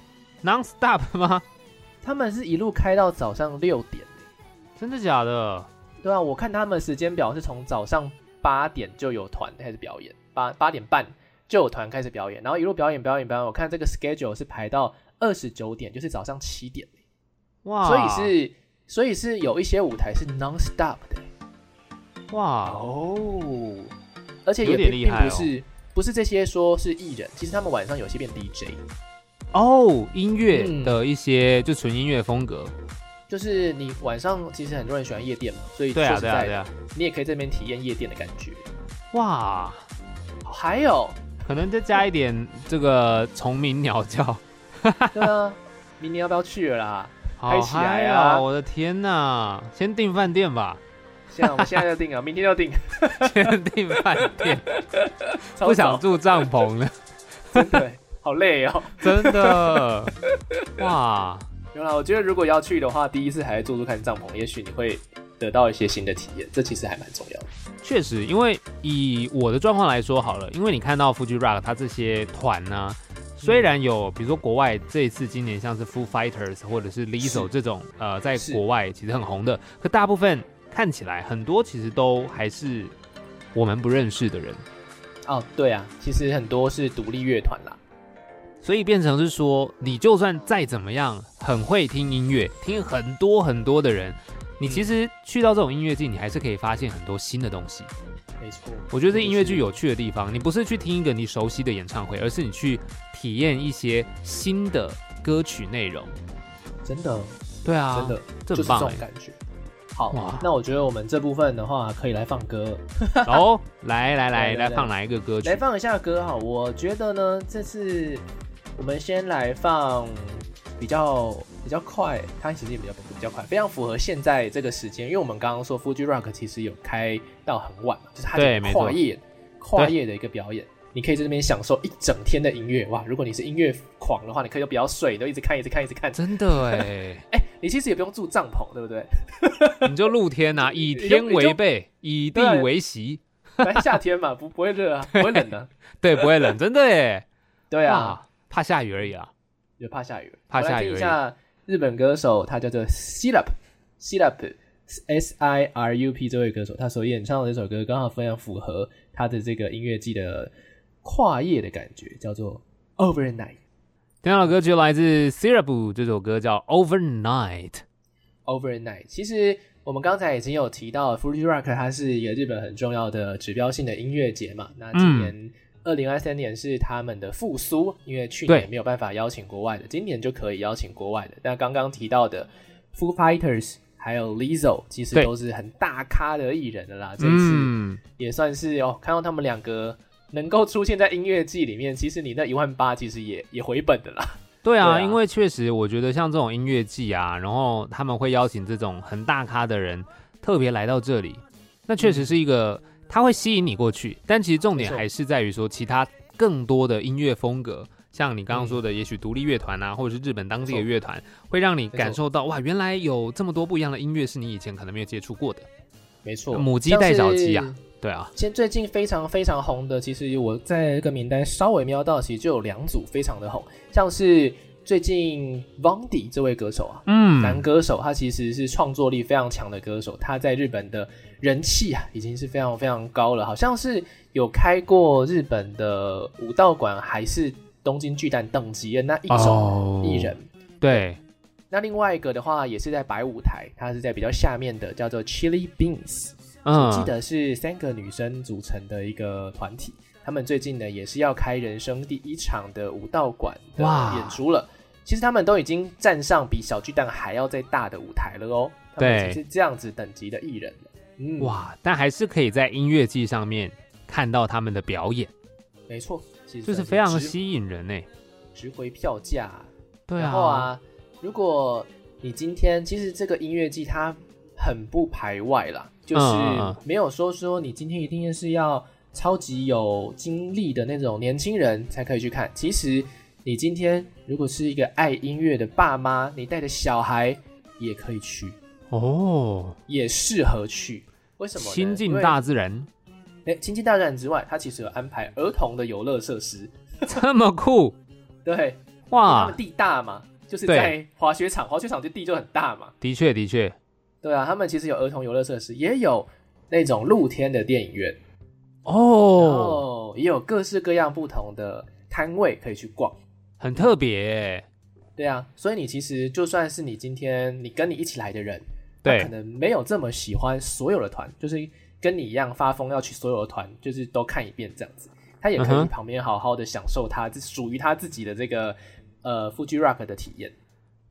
Speaker 1: ，non stop 吗？
Speaker 2: 他们是一路开到早上六点，
Speaker 1: 真的假的？
Speaker 2: 对啊，我看他们时间表是从早上八点就有团开始表演，八八点半就有团开始表演，然后一路表演表演表演，我看这个 schedule 是排到二十九点，就是早上七点，
Speaker 1: 哇，
Speaker 2: 所以是所以是有一些舞台是 non stop 的
Speaker 1: 哇，
Speaker 2: 哦，而且
Speaker 1: 有
Speaker 2: 也
Speaker 1: 点
Speaker 2: 并
Speaker 1: 厉
Speaker 2: 并
Speaker 1: 害
Speaker 2: 不
Speaker 1: 哦
Speaker 2: 是不是这些说是艺人，其实他们晚上有些变 DJ，
Speaker 1: 哦，音乐
Speaker 2: 嗯
Speaker 1: 的一些、就纯音乐风格，
Speaker 2: 就是你晚上其实很多人喜欢夜店嘛，所以
Speaker 1: 对
Speaker 2: 说
Speaker 1: 啊，
Speaker 2: 实
Speaker 1: 对啊，
Speaker 2: 在
Speaker 1: 对
Speaker 2: 的，
Speaker 1: 啊，
Speaker 2: 你也可以这边体验夜店的感觉。
Speaker 1: 哇，
Speaker 2: 还有，
Speaker 1: 可能再加一点这个虫鸣鸟叫，
Speaker 2: 对啊，明年要不要去了啦？ *laughs*
Speaker 1: 好
Speaker 2: 起来
Speaker 1: *laughs* 嗨
Speaker 2: 啊
Speaker 1: 哦！我的天呐，先订饭店 *laughs* 吧，
Speaker 2: 现在我们现在就定啊，明天就定，
Speaker 1: 先订饭店，
Speaker 2: 超
Speaker 1: *laughs*
Speaker 2: 早
Speaker 1: 不想，住帐篷了，
Speaker 2: 真的好累哦。
Speaker 1: 真 *laughs* 的，哇，
Speaker 2: 有啦，我觉得如果要去的话，第一次还是住住看帐篷，也许你会得到一些新的体验，这其实还蛮重要的。
Speaker 1: 确实，因为以我的状况来说好了，因为你看到 Fuji Rock 它这些团呢、
Speaker 2: 嗯
Speaker 1: 虽然有比如说国外这一次今年像是 Foo Fighters 或者是 Lizzo
Speaker 2: 是
Speaker 1: 这种呃在
Speaker 2: 是
Speaker 1: 国外其实很红的，可大部分看起来很多其实都还是我们不认识的人，
Speaker 2: 哦，对啊，其实很多是独立乐团啦，
Speaker 1: 所以变成是说你就算再怎么样很会听音乐，听很多很多的人，你其实去到这种音乐季，你还是可以发现很多新的东西。
Speaker 2: 没错。
Speaker 1: 我觉得这音乐剧有趣的地方，你不是去听一个你熟悉的演唱会，而是你去体验一些新的歌曲内容。
Speaker 2: 真的，
Speaker 1: 对啊，
Speaker 2: 真的，
Speaker 1: 这
Speaker 2: 就是这
Speaker 1: 很棒
Speaker 2: 种
Speaker 1: 哎。
Speaker 2: 感觉。好
Speaker 1: 哇，
Speaker 2: 那我觉得我们这部分的话，可以来放歌，
Speaker 1: 哦，来
Speaker 2: *laughs*
Speaker 1: 来来
Speaker 2: 来来
Speaker 1: 来放哪一个歌曲
Speaker 2: 来？放一下歌哈。我觉得呢，这次我们先来放比较比较快，它其实也比较比较快，非常符合现在这个时间，因为我们刚刚说 Fuji Rock 其实有开到很晚嘛，就是它
Speaker 1: 对
Speaker 2: 是
Speaker 1: 没错
Speaker 2: 跨夜跨夜的一个表演。你可以在这边享受一整天的音乐哇！如果你是音乐狂的话，你可以就不要睡，你都一直看，一直看，一直看。
Speaker 1: 真的
Speaker 2: *laughs*
Speaker 1: 哎，
Speaker 2: 哎、你其实也不用住帐篷，对不对？
Speaker 1: 你就露天啊，以
Speaker 2: *laughs* 你就
Speaker 1: 天为被，以地为席，
Speaker 2: 反正夏天嘛，不不会热啊，不会冷
Speaker 1: *laughs*
Speaker 2: 的、
Speaker 1: 对，不会冷，真的哎。
Speaker 2: 对啊，
Speaker 1: 哇，怕下雨而已啊。
Speaker 2: 就怕下雨，
Speaker 1: 怕下雨
Speaker 2: 我来听一下日本歌手，他叫做 Silap Silap S I R U P 这位歌手，他所演唱的这首歌刚好非常符合他的这个音乐季的跨夜的感觉，叫做 Overnight。
Speaker 1: 听到的歌曲来自 Syrup 这首歌叫 Overnight。
Speaker 2: Overnight，其实我们刚才已经有提到 f u j i Rock 它是一个日本很重要的指标性的音乐节嘛。那
Speaker 1: 嗯
Speaker 2: 今年二零二三年是他们的复苏，因为去
Speaker 1: 对
Speaker 2: 年没有办法邀请国外的，今年就可以邀请国外的。那刚刚提到的 Foo Fighters 还有 Lizzo，其实
Speaker 1: 对
Speaker 2: 都是很大咖的艺人的啦。这次、
Speaker 1: 嗯，
Speaker 2: 也算是哦，看到他们两个能够出现在音乐季里面，其实你那一万八其实也也回本的啦。
Speaker 1: 对啊，
Speaker 2: 对啊
Speaker 1: 因为确实我觉得像这种音乐季啊，然后他们会邀请这种很大咖的人特别来到这里，那确实是一个它会吸引你过去，但其实重点
Speaker 2: 没错
Speaker 1: 还是在于说其他更多的音乐风格。像你刚刚说的，也许独立乐团啊，或者是日本当地的
Speaker 2: 没错
Speaker 1: 乐团，会让你
Speaker 2: 错
Speaker 1: 感受到哇，原来有这么多不一样的音乐是你以前可能没有接触过的。
Speaker 2: 没错，
Speaker 1: 母鸡带小鸡啊
Speaker 2: 像是
Speaker 1: 对啊，
Speaker 2: 现最近非常非常红的，其实我在这个名单稍微瞄到，其实就有两组非常的红，像是最近 Vondi 这位歌手啊，男
Speaker 1: 嗯，
Speaker 2: 歌手，他其实是创作力非常强的歌手，他在日本的人气啊已经是非常非常高了，好像是有开过日本的武道馆，还是东京巨蛋等级的那一
Speaker 1: 哦
Speaker 2: 种艺人。
Speaker 1: 对，
Speaker 2: 那另外一个的话，也是在白舞台，他是在比较下面的，叫做 Chili Beans。我记
Speaker 1: 嗯，
Speaker 2: 得是三个女生组成的一个团体，他们最近呢也是要开人生第一场的武道馆的
Speaker 1: 哇
Speaker 2: 演出了。其实他们都已经站上比小巨蛋还要再大的舞台了哦。他们
Speaker 1: 对
Speaker 2: 已经是这样子等级的艺人了。嗯，，
Speaker 1: 哇，但还是可以在音乐季上面看到他们的表演，
Speaker 2: 没错，其实
Speaker 1: 就是
Speaker 2: 算
Speaker 1: 非常
Speaker 2: 值
Speaker 1: 吸引人呢、
Speaker 2: 值回票价。
Speaker 1: 对
Speaker 2: 然后，啊，如果你今天其实这个音乐季它很不排外啦，就是
Speaker 1: 嗯嗯嗯
Speaker 2: 没有说说你今天一定是要超级有经历的那种年轻人才可以去看。其实你今天如果是一个爱音乐的爸妈，你带着小孩也可以去，
Speaker 1: 哦，
Speaker 2: 也适合去。为什么呢？
Speaker 1: 亲
Speaker 2: 因
Speaker 1: 近
Speaker 2: 为
Speaker 1: 大自然， *laughs*
Speaker 2: 哎，亲近大自然之外，它其实有安排儿童的游乐设施。
Speaker 1: 这么酷
Speaker 2: 对，他
Speaker 1: 哇
Speaker 2: 们！地大嘛，就是
Speaker 1: 对
Speaker 2: 在滑雪场，滑雪场就地就很大嘛。
Speaker 1: 的确，的确，
Speaker 2: 对啊，他们其实有儿童游乐设施，也有那种露天的电影院，
Speaker 1: 哦，
Speaker 2: 哦，也有各式各样不同的摊位可以去逛。
Speaker 1: 很特别欸，
Speaker 2: 对啊，所以你其实就算是你今天你跟你一起来的人，他可
Speaker 1: 对，
Speaker 2: 能没有这么喜欢所有的团，就是跟你一样发疯要去所有的团，就是都看一遍这样子。他也可
Speaker 1: 嗯
Speaker 2: 以
Speaker 1: 哼
Speaker 2: 旁边好好的享受他这属于他自己的这个呃 Fuji Rock 的体验。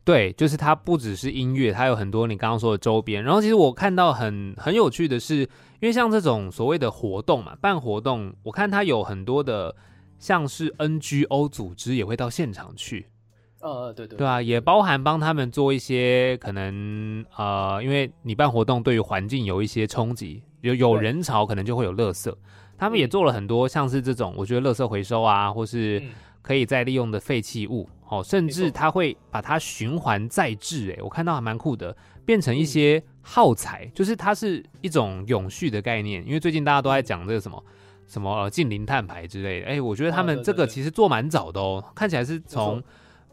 Speaker 1: 对，就是它不只是音乐，它有很多你刚刚说的周边。然后，其实我看到很很有趣的是，因为像这种所谓的活动嘛，办活动，我看它有很多的，像是 NGO 组织也会到现场去，
Speaker 2: 呃，对对
Speaker 1: 对啊，也包含帮他们做一些可能呃，因为你办活动对于环境有一些冲击，有有
Speaker 2: 对
Speaker 1: 人潮可能就会有垃圾，他们也
Speaker 2: 嗯
Speaker 1: 做了很多像是这种，我觉得垃圾回收啊，或是
Speaker 2: 嗯
Speaker 1: 可以再利用的废弃物，哦，甚
Speaker 2: 没
Speaker 1: 至
Speaker 2: 错
Speaker 1: 他会把它循环再制，欸诶，我看到还蛮酷的，变成一
Speaker 2: 嗯
Speaker 1: 些耗材，就是它是一种永续的概念，因为最近大家都在讲这个什么。什么呃近零碳排之类的，哎，我觉得他
Speaker 2: 啊嗯
Speaker 1: 们
Speaker 2: 对
Speaker 1: 这
Speaker 2: 对
Speaker 1: 个
Speaker 2: 对
Speaker 1: 其实做蛮早的哦，看起来是从
Speaker 2: 错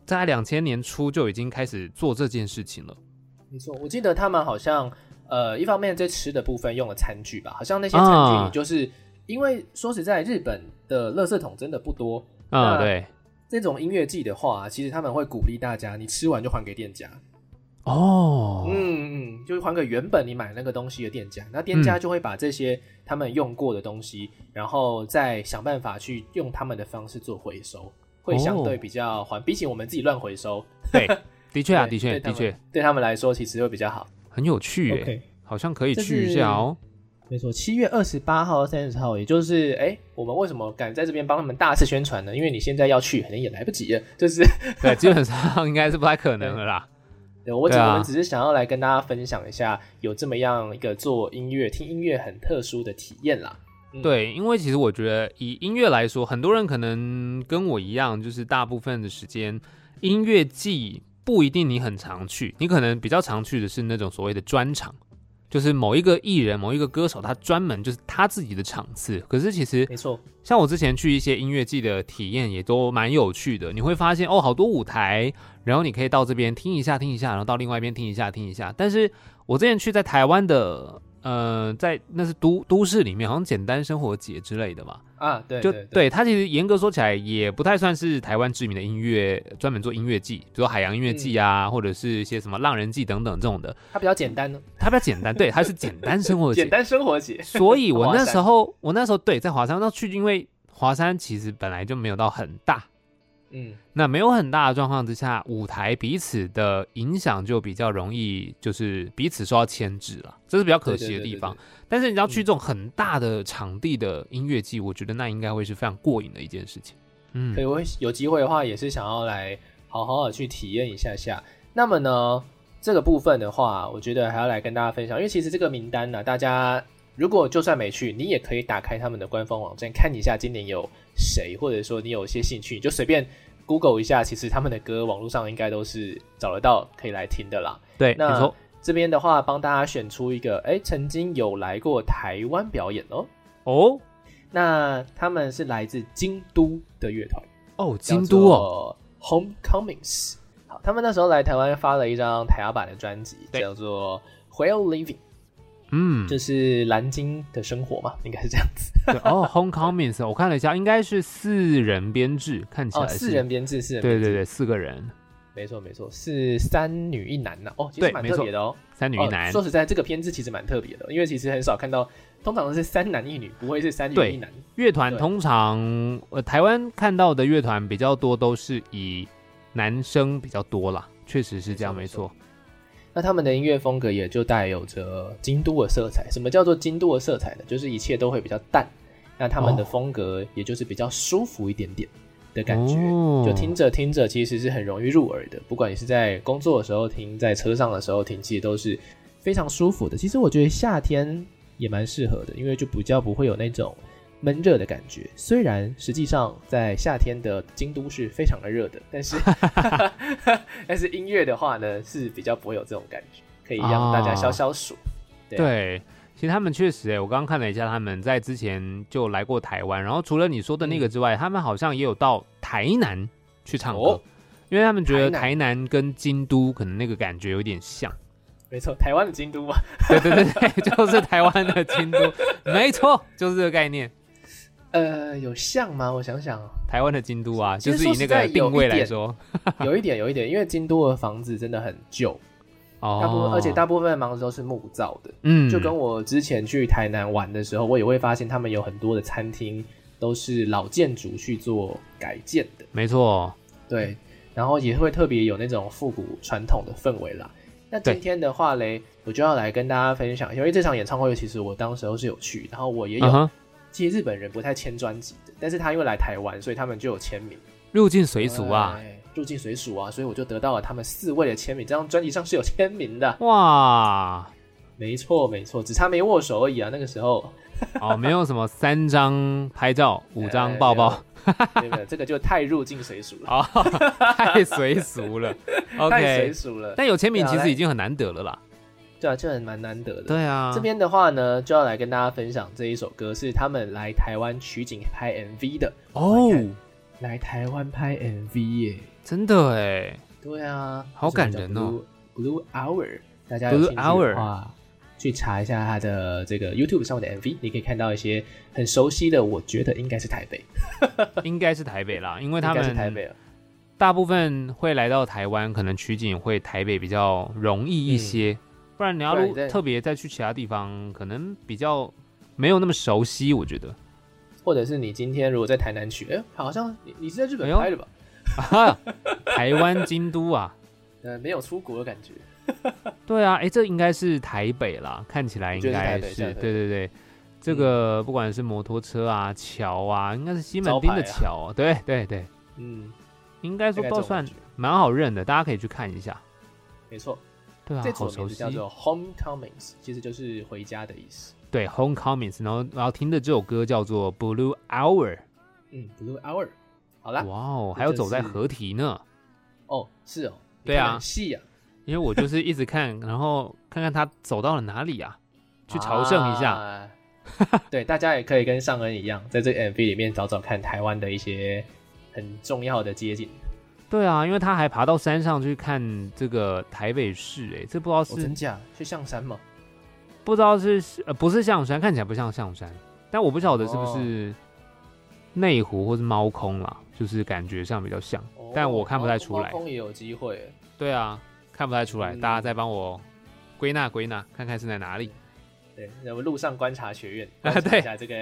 Speaker 1: 在两千年初就已经开始做这件事情了。
Speaker 2: 没错，我记得他们好像呃，一方面在吃的部分用了餐具吧，好像那些餐具
Speaker 1: 啊
Speaker 2: 你就是、因为说实在，日本的垃圾桶真的不多。
Speaker 1: 嗯，
Speaker 2: 那
Speaker 1: 对，
Speaker 2: 这种音乐季的话，其实他们会鼓励大家，你吃完就还给店家。
Speaker 1: 哦，
Speaker 2: 嗯嗯，就是还给原本你买那个东西的店家，那店
Speaker 1: 嗯
Speaker 2: 家就会把这些他们用过的东西，然后再想办法去用他们的方式做回收，会相对比较环，比起我们自己乱回收，
Speaker 1: 哦
Speaker 2: *laughs*
Speaker 1: 对，的确啊，
Speaker 2: 对
Speaker 1: 的确，
Speaker 2: 对他
Speaker 1: 的
Speaker 2: 们
Speaker 1: 确
Speaker 2: 对他们来说其实会比较好。
Speaker 1: 很有趣诶，好像可以
Speaker 2: 这
Speaker 1: 去一
Speaker 2: 是
Speaker 1: 下哦。
Speaker 2: 没错，七月二十八号到三十号，也就是哎、我们为什么敢在这边帮他们大肆宣传呢？因为你现在要去，肯定也来不及了。就是 *laughs*
Speaker 1: 对，基本上应该是不太可能了啦。
Speaker 2: 对我只、
Speaker 1: 对啊
Speaker 2: 我们只是想要来跟大家分享一下，有这么样一个做音乐、听音乐很特殊的体验啦。嗯
Speaker 1: 对，因为其实我觉得以音乐来说，很多人可能跟我一样，就是大部分的时间音乐季不一定你很常去，你可能比较常去的是那种所谓的专场，就是某一个艺人、某一个歌手，他专门就是他自己的场次。可是其实
Speaker 2: 没错，
Speaker 1: 像我之前去一些音乐季的体验也都蛮有趣的，你会发现哦，好多舞台，然后你可以到这边听一下听一下，然后到另外一边听一下听一下。但是我之前去在台湾的，呃，在那是都都市里面，好像简单生活节之类的嘛，
Speaker 2: 啊，对
Speaker 1: 就
Speaker 2: 对对，
Speaker 1: 对它其实严格说起来也不太算是台湾知名的音乐，专门做音乐季，比如说海洋音乐季
Speaker 2: 嗯
Speaker 1: 啊，或者是一些什么浪人季等等这种的，
Speaker 2: 它比较简单呢，
Speaker 1: 它比较简单，对，它是简单生活
Speaker 2: *laughs*
Speaker 1: 节
Speaker 2: 简。单生活节，
Speaker 1: 所以我
Speaker 2: 华
Speaker 1: 那
Speaker 2: 山
Speaker 1: 时候，我那时候对在华山那去，因为华山其实本来就没有到很大，
Speaker 2: 嗯，
Speaker 1: 那没有很大的状况之下，舞台彼此的影响就比较容易，就是彼此受到牵制了，这是比较可惜的地方。
Speaker 2: 对
Speaker 1: 但是你要去
Speaker 2: 嗯
Speaker 1: 这种很大的场地的音乐季，我觉得那应该会是非常过瘾的一件事情。嗯
Speaker 2: 所以，我会有机会的话，也是想要来好好的去体验一下下。那么呢，这个部分的话，我觉得还要来跟大家分享，因为其实这个名单呢、大家如果就算没去，你也可以打开他们的官方网站看一下今年有谁，或者说你有一些兴趣，你就随便 Google 一下，其实他们的歌网络上应该都是找得到可以来听的啦。
Speaker 1: 对，
Speaker 2: 那
Speaker 1: 没错，
Speaker 2: 这边的话，帮大家选出一个，哎，曾经有来过台湾表演哦。
Speaker 1: 哦
Speaker 2: 那他们是来自京都的乐团。
Speaker 1: 哦，京都
Speaker 2: 哦
Speaker 1: 哦，
Speaker 2: ，Homecomings。好，他们那时候来台湾发了一张台湾版的专辑，
Speaker 1: 对
Speaker 2: 叫做《Where Living》，
Speaker 1: 嗯，
Speaker 2: 就是蓝鲸的生活嘛，应该是这样子。
Speaker 1: 对哦，Homecomings，我看了一下，应该是四人编制，看起
Speaker 2: 哦，
Speaker 1: 来
Speaker 2: 四
Speaker 1: *laughs* 是
Speaker 2: 人，编制，四人
Speaker 1: 对
Speaker 2: 编制，
Speaker 1: 对对，四个人，
Speaker 2: 没错没错，是三女一男呐、哦，其
Speaker 1: 对
Speaker 2: 实蛮
Speaker 1: 没
Speaker 2: 特
Speaker 1: 错
Speaker 2: 别的哦。
Speaker 1: 三女一男
Speaker 2: 哦。，说实在，这个编制其实蛮特别的，因为其实很少看到，通常是三男一女，不会是三女
Speaker 1: 对
Speaker 2: 一男。
Speaker 1: 乐团
Speaker 2: 对
Speaker 1: 通常，呃，台湾看到的乐团比较多都是以男生比较多啦，确实是这样，没
Speaker 2: 没
Speaker 1: 错
Speaker 2: 错。那他们的音乐风格也就带有着京都的色彩。什么叫做京都的色彩呢？就是一切都会比较淡，那他们的
Speaker 1: 哦
Speaker 2: 风格也就是比较舒服一点点的感觉。
Speaker 1: 哦
Speaker 2: 就听着听着，其实是很容易入耳的。不管你是在工作的时候听，在车上的时候听，其实都是非常舒服的。其实我觉得夏天也蛮适合的，因为就比较不会有那种闷热的感觉。虽然实际上在夏天的京都是非常的热的，但是 *laughs* 但是音乐的话呢，是比较不会有这种感觉，可以让大家消消暑。对啊
Speaker 1: 对，其实他们确实、欸，我刚刚看了一下，他们在之前就来过台湾，然后除了你说的
Speaker 2: 嗯
Speaker 1: 那个之外，他们好像也有到台南去唱歌，
Speaker 2: 哦
Speaker 1: 因为他们觉得台
Speaker 2: 台
Speaker 1: 南跟京都可能那个感觉有点像。
Speaker 2: 没错，台湾的京都嘛，
Speaker 1: 对对对对，就是台湾的京都，没错，就是这个概念。
Speaker 2: *laughs* 呃，有像吗？我想想哦，
Speaker 1: 台湾的京都啊，
Speaker 2: 其
Speaker 1: 就
Speaker 2: 实
Speaker 1: 是以那
Speaker 2: 说实在
Speaker 1: 个
Speaker 2: 有
Speaker 1: 定位
Speaker 2: 一点
Speaker 1: 来说，
Speaker 2: 有一点，有一点，因为京都的房子真的很旧。
Speaker 1: 哦，
Speaker 2: 大部分，而且大部分的房子都是木造的。
Speaker 1: 嗯，
Speaker 2: 就跟我之前去台南玩的时候，我也会发现他们有很多的餐厅都是老建筑去做改建的，
Speaker 1: 没错，嗯
Speaker 2: 对，然后也会特别有那种复古传统的氛围啦。那
Speaker 1: 对
Speaker 2: 今天的话嘞，我就要来跟大家分享一下，因为这场演唱会其实我当时候是有去，然后我也有，
Speaker 1: 嗯哼，
Speaker 2: 其实日本人不太签专辑的，但是他因为来台湾，所以他们就有签名。
Speaker 1: 入境随俗啊，
Speaker 2: 哎，入境随俗啊，所以我就得到了他们四位的签名，这张专辑上是有签名的。
Speaker 1: 哇，
Speaker 2: 没错，没错，只差没握手而已啊。那个时候，
Speaker 1: 哦，没有什么三张拍照，五张抱抱，
Speaker 2: 对
Speaker 1: *laughs*
Speaker 2: 不对？这个就太入境随俗了，
Speaker 1: 哦， *laughs* 太随俗了
Speaker 2: 哎太随
Speaker 1: ，OK，
Speaker 2: 俗了。
Speaker 1: 但有签名
Speaker 2: 对啊
Speaker 1: 其实
Speaker 2: 来
Speaker 1: 已经很难得了啦，
Speaker 2: 对啊，这很蛮难得的。
Speaker 1: 对啊，
Speaker 2: 这边的话呢，就要来跟大家分享这一首歌，是他们来台湾取景拍 MV 的，
Speaker 1: 哦，
Speaker 2: 来台湾拍 MV 耶。
Speaker 1: 真的哎，
Speaker 2: 对啊，
Speaker 1: 好感人哦。
Speaker 2: Blue Hour，大家有
Speaker 1: Blue
Speaker 2: 兴趣的话，去查一下他的这个 YouTube 上面的 MV，你可以看到一些很熟悉的，我觉得应该是台北，
Speaker 1: 应该是台
Speaker 2: *laughs*
Speaker 1: 北啦，因为
Speaker 2: 应
Speaker 1: 他
Speaker 2: 该是台
Speaker 1: 们
Speaker 2: 北了。
Speaker 1: 大部分会来到台湾，可能取景会台北比较容易一些，不然你要
Speaker 2: 嗯不然
Speaker 1: 如
Speaker 2: 你在
Speaker 1: 特别再去其他地方，可能比较没有那么熟悉，我觉得。
Speaker 2: 或者是你今天如果在台南取，哎，好像你你是在日本
Speaker 1: 哎呦
Speaker 2: 拍的吧？
Speaker 1: 啊，台湾京
Speaker 2: *laughs*
Speaker 1: 都啊，
Speaker 2: 呃，没有出国的感觉。
Speaker 1: 对啊，哎、这应该是台北啦，看起来应该
Speaker 2: 我觉得
Speaker 1: 是，
Speaker 2: 是台北嗯
Speaker 1: 对对对，这个不管是摩托车啊、桥啊，应该是西门町的桥、啊对对对，
Speaker 2: 嗯，
Speaker 1: 应该
Speaker 2: 大
Speaker 1: 说
Speaker 2: 概这
Speaker 1: 都
Speaker 2: 种感
Speaker 1: 算
Speaker 2: 觉
Speaker 1: 蛮好认的，大家可以去看一下，
Speaker 2: 没错，
Speaker 1: 对啊
Speaker 2: 这，
Speaker 1: 好
Speaker 2: 组
Speaker 1: 熟
Speaker 2: 名字
Speaker 1: 悉
Speaker 2: 叫，做 Homecomings，其实就是回家的意思。
Speaker 1: 对，Homecomings，然后然后听的这首歌叫做 Blue Hour，
Speaker 2: 嗯，Blue Hour。好啦，
Speaker 1: 哇哦，还有走在河堤呢，
Speaker 2: 哦，是哦，
Speaker 1: 对啊
Speaker 2: 戏啊，
Speaker 1: 因为我就是一直看，然后看看他走到了哪里啊，去朝圣一下。
Speaker 2: 啊 *laughs* 对，大家也可以跟尚恩一样，在这个 MV 里面找找看台湾的一些很重要的街景。
Speaker 1: 对啊，因为他还爬到山上去看这个台北市、欸，哎，这不知道
Speaker 2: 哦，
Speaker 1: 是、
Speaker 2: 真假？去象山嘛？
Speaker 1: 不知道是呃不是象山，看起来不像象山，但我不晓得是不是内湖或是猫空啦，就是感觉上比较像，
Speaker 2: 哦
Speaker 1: 但我看不太出来。
Speaker 2: 猫空也有机会。
Speaker 1: 对啊，看不太出来，
Speaker 2: 嗯
Speaker 1: 大家再帮我归纳归纳，看看是在哪里。
Speaker 2: 对，那么路上观察学院，
Speaker 1: 啊
Speaker 2: 观察一下这个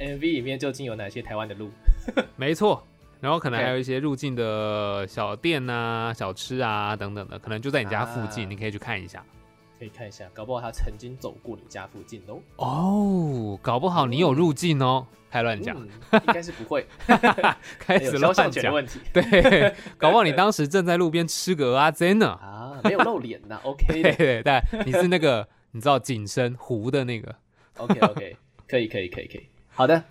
Speaker 2: MV 里面究竟有哪些台湾的路。
Speaker 1: 没错，然后可能
Speaker 2: 对
Speaker 1: 还有一些入境的小店啊、小吃啊等等的，可能就在你家附近，
Speaker 2: 啊
Speaker 1: 你可以去看一下。
Speaker 2: 可以看一下，搞不好他曾经走过你家附近哦。
Speaker 1: 哦，搞不好你有入境哦，太乱讲，
Speaker 2: 嗯，应该是不
Speaker 1: *laughs*
Speaker 2: 会，
Speaker 1: 开
Speaker 2: 还有
Speaker 1: 始乱
Speaker 2: 肖像权的
Speaker 1: 讲。
Speaker 2: 问题
Speaker 1: *laughs* 对，搞不好你当时正在路边吃个蚵仔煎呢。
Speaker 2: 啊，没有露脸
Speaker 1: *laughs*
Speaker 2: 呐、OK
Speaker 1: 对
Speaker 2: 的
Speaker 1: 对对，但你是那个 *laughs* 你知道紧身糊的那个，
Speaker 2: ，OK OK，可以可以可以可以，好的。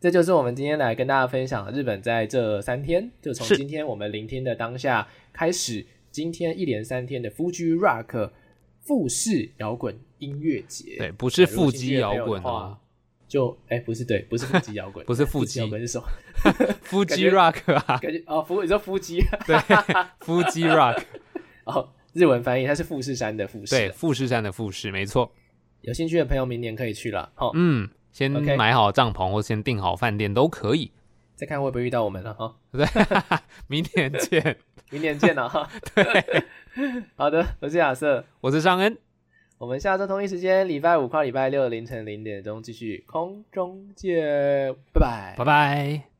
Speaker 2: 这就是我们今天来跟大家分享的日本在这三天，就从
Speaker 1: 是
Speaker 2: 今天我们聆听的当下开始，今天一连三天的 Fuji Rock 富士摇滚音乐节。
Speaker 1: 对，不是
Speaker 2: 如果
Speaker 1: 腹
Speaker 2: 兴
Speaker 1: 肌
Speaker 2: 趣的朋
Speaker 1: 摇
Speaker 2: 友的
Speaker 1: 滚哦
Speaker 2: 话，就哎不是对，不是腹肌摇滚，
Speaker 1: *laughs* 不是腹
Speaker 2: 肌摇
Speaker 1: 肌
Speaker 2: 滚是什么？
Speaker 1: *laughs*
Speaker 2: *laughs*
Speaker 1: 腹
Speaker 2: 感
Speaker 1: 肌
Speaker 2: 觉
Speaker 1: rock 啊， *laughs*
Speaker 2: 感觉哦，腹你说腹肌
Speaker 1: 对，腹
Speaker 2: *laughs*
Speaker 1: 肌 rock，
Speaker 2: 哦，日文翻译它是富士山的富士
Speaker 1: 对，
Speaker 2: 啊。
Speaker 1: 富士山的富士，没错。
Speaker 2: 有兴趣的朋友明年可以去了，好、哦，
Speaker 1: 嗯，先
Speaker 2: OK
Speaker 1: 买好帐篷或先订好饭店都可以。
Speaker 2: 再看会不会遇到我们了哈、哦
Speaker 1: 对， *laughs* 明天见。
Speaker 2: 明年见了
Speaker 1: *laughs*
Speaker 2: 哈。 *laughs* 对，好的，我是亚瑟，
Speaker 1: 我是尚恩，
Speaker 2: 我们下周同一时间，礼拜五跨礼拜六凌晨零点钟继续空中见，拜拜
Speaker 1: 拜。拜。